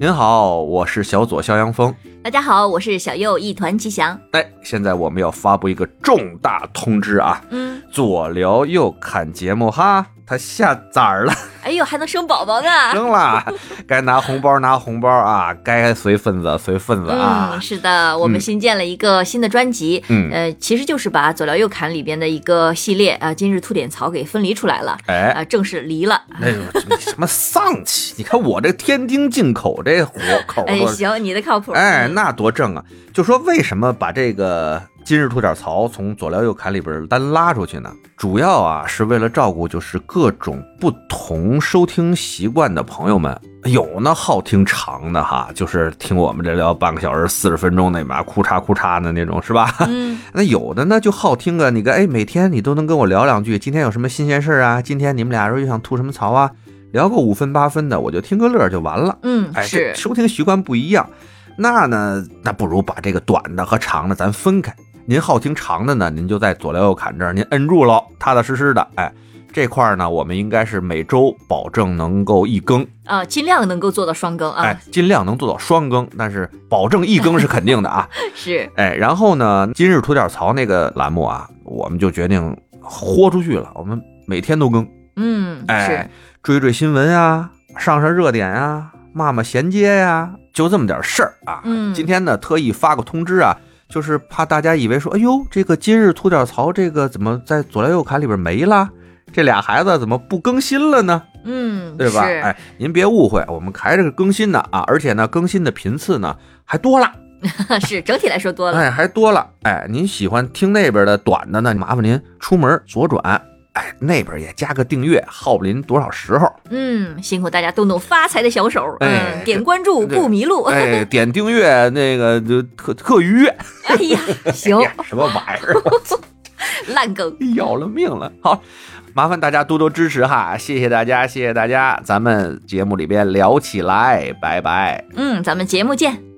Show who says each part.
Speaker 1: 您好，我是小左肖阳峰。
Speaker 2: 大家好，我是小右一团吉祥。
Speaker 1: 哎，现在我们要发布一个重大通知啊！
Speaker 2: 嗯，
Speaker 1: 左聊右侃节目哈，它下崽儿了，
Speaker 2: 哎呦，还能生宝宝呢！
Speaker 1: 扔了，该拿红包拿红包啊，该随份子随份子啊
Speaker 2: 嗯，。是的，我们新建了一个新的专辑，
Speaker 1: 嗯
Speaker 2: 呃，其实就是把《左聊右侃》里边的一个系列啊，今日吐点槽给分离出来了，
Speaker 1: 哎，
Speaker 2: 啊，正式离了。
Speaker 1: 那你什么丧气？你看我这天丁进口这火口
Speaker 2: 哎，
Speaker 1: 多
Speaker 2: 行，你的靠谱。
Speaker 1: 哦哎，
Speaker 2: 嗯
Speaker 1: 那多正啊！就说为什么把这个今日吐点槽从左聊右侃里边单拉出去呢？主要啊是为了照顾就是各种不同收听习惯的朋友们，有那好听长的哈，就是听我们这聊半个小时、四十分钟那嘛，哭嚓哭嚓的那种，是吧？
Speaker 2: 嗯，
Speaker 1: 那有的呢就好听个，你个哎，每天你都能跟我聊两句，今天有什么新鲜事儿啊？今天你们俩又想吐什么槽啊？聊个五分八分的，我就听个乐儿就完了。
Speaker 2: 嗯，
Speaker 1: 哎，这，
Speaker 2: 是
Speaker 1: 收听习惯不一样。那呢，那不如把这个短的和长的咱分开。您好听长的呢，您就在左聊右侃这儿您摁住喽，踏踏实实的。哎，这块儿呢，我们应该是每周保证能够一更，
Speaker 2: 啊，尽量能够做到双更
Speaker 1: 哎
Speaker 2: 啊，，
Speaker 1: 尽量能做到双更，但是保证一更是肯定的 啊。
Speaker 2: 是，
Speaker 1: 哎，然后呢，今日吐点槽那个栏目啊，我们就决定豁出去了，我们每天都更。
Speaker 2: 嗯，
Speaker 1: 哎
Speaker 2: 是，，
Speaker 1: 追追新闻啊，上上热点啊，骂骂衔接呀、就这么点事儿啊。
Speaker 2: 嗯
Speaker 1: 今天呢特意发个通知啊，就是怕大家以为说，哎呦，这个今日吐点槽，这个怎么在左来右侃里边没了？这俩孩子怎么不更新了呢？
Speaker 2: 嗯，
Speaker 1: 对吧？
Speaker 2: 是
Speaker 1: 哎，您别误会，我们还是更新呢啊，而且呢，更新的频次呢还多了，
Speaker 2: 是，整体来说多了。
Speaker 1: 哎，还多了。哎，您喜欢听那边的短的呢，麻烦您出门左转，哎，那边也加个订阅，耗不了您多少时候。
Speaker 2: 嗯，辛苦大家动动发财的小手，
Speaker 1: 哎
Speaker 2: 嗯，点关注
Speaker 1: 对
Speaker 2: 不迷路。
Speaker 1: 哎，点订阅那个就特特愉悦，
Speaker 2: 哎呀，行
Speaker 1: 哎，呀什么玩意儿，
Speaker 2: 烂梗。
Speaker 1: 要了命了！好，麻烦大家多多支持哈，谢谢大家，谢谢大家，咱们节目里边聊起来，拜拜。
Speaker 2: 嗯，咱们节目见。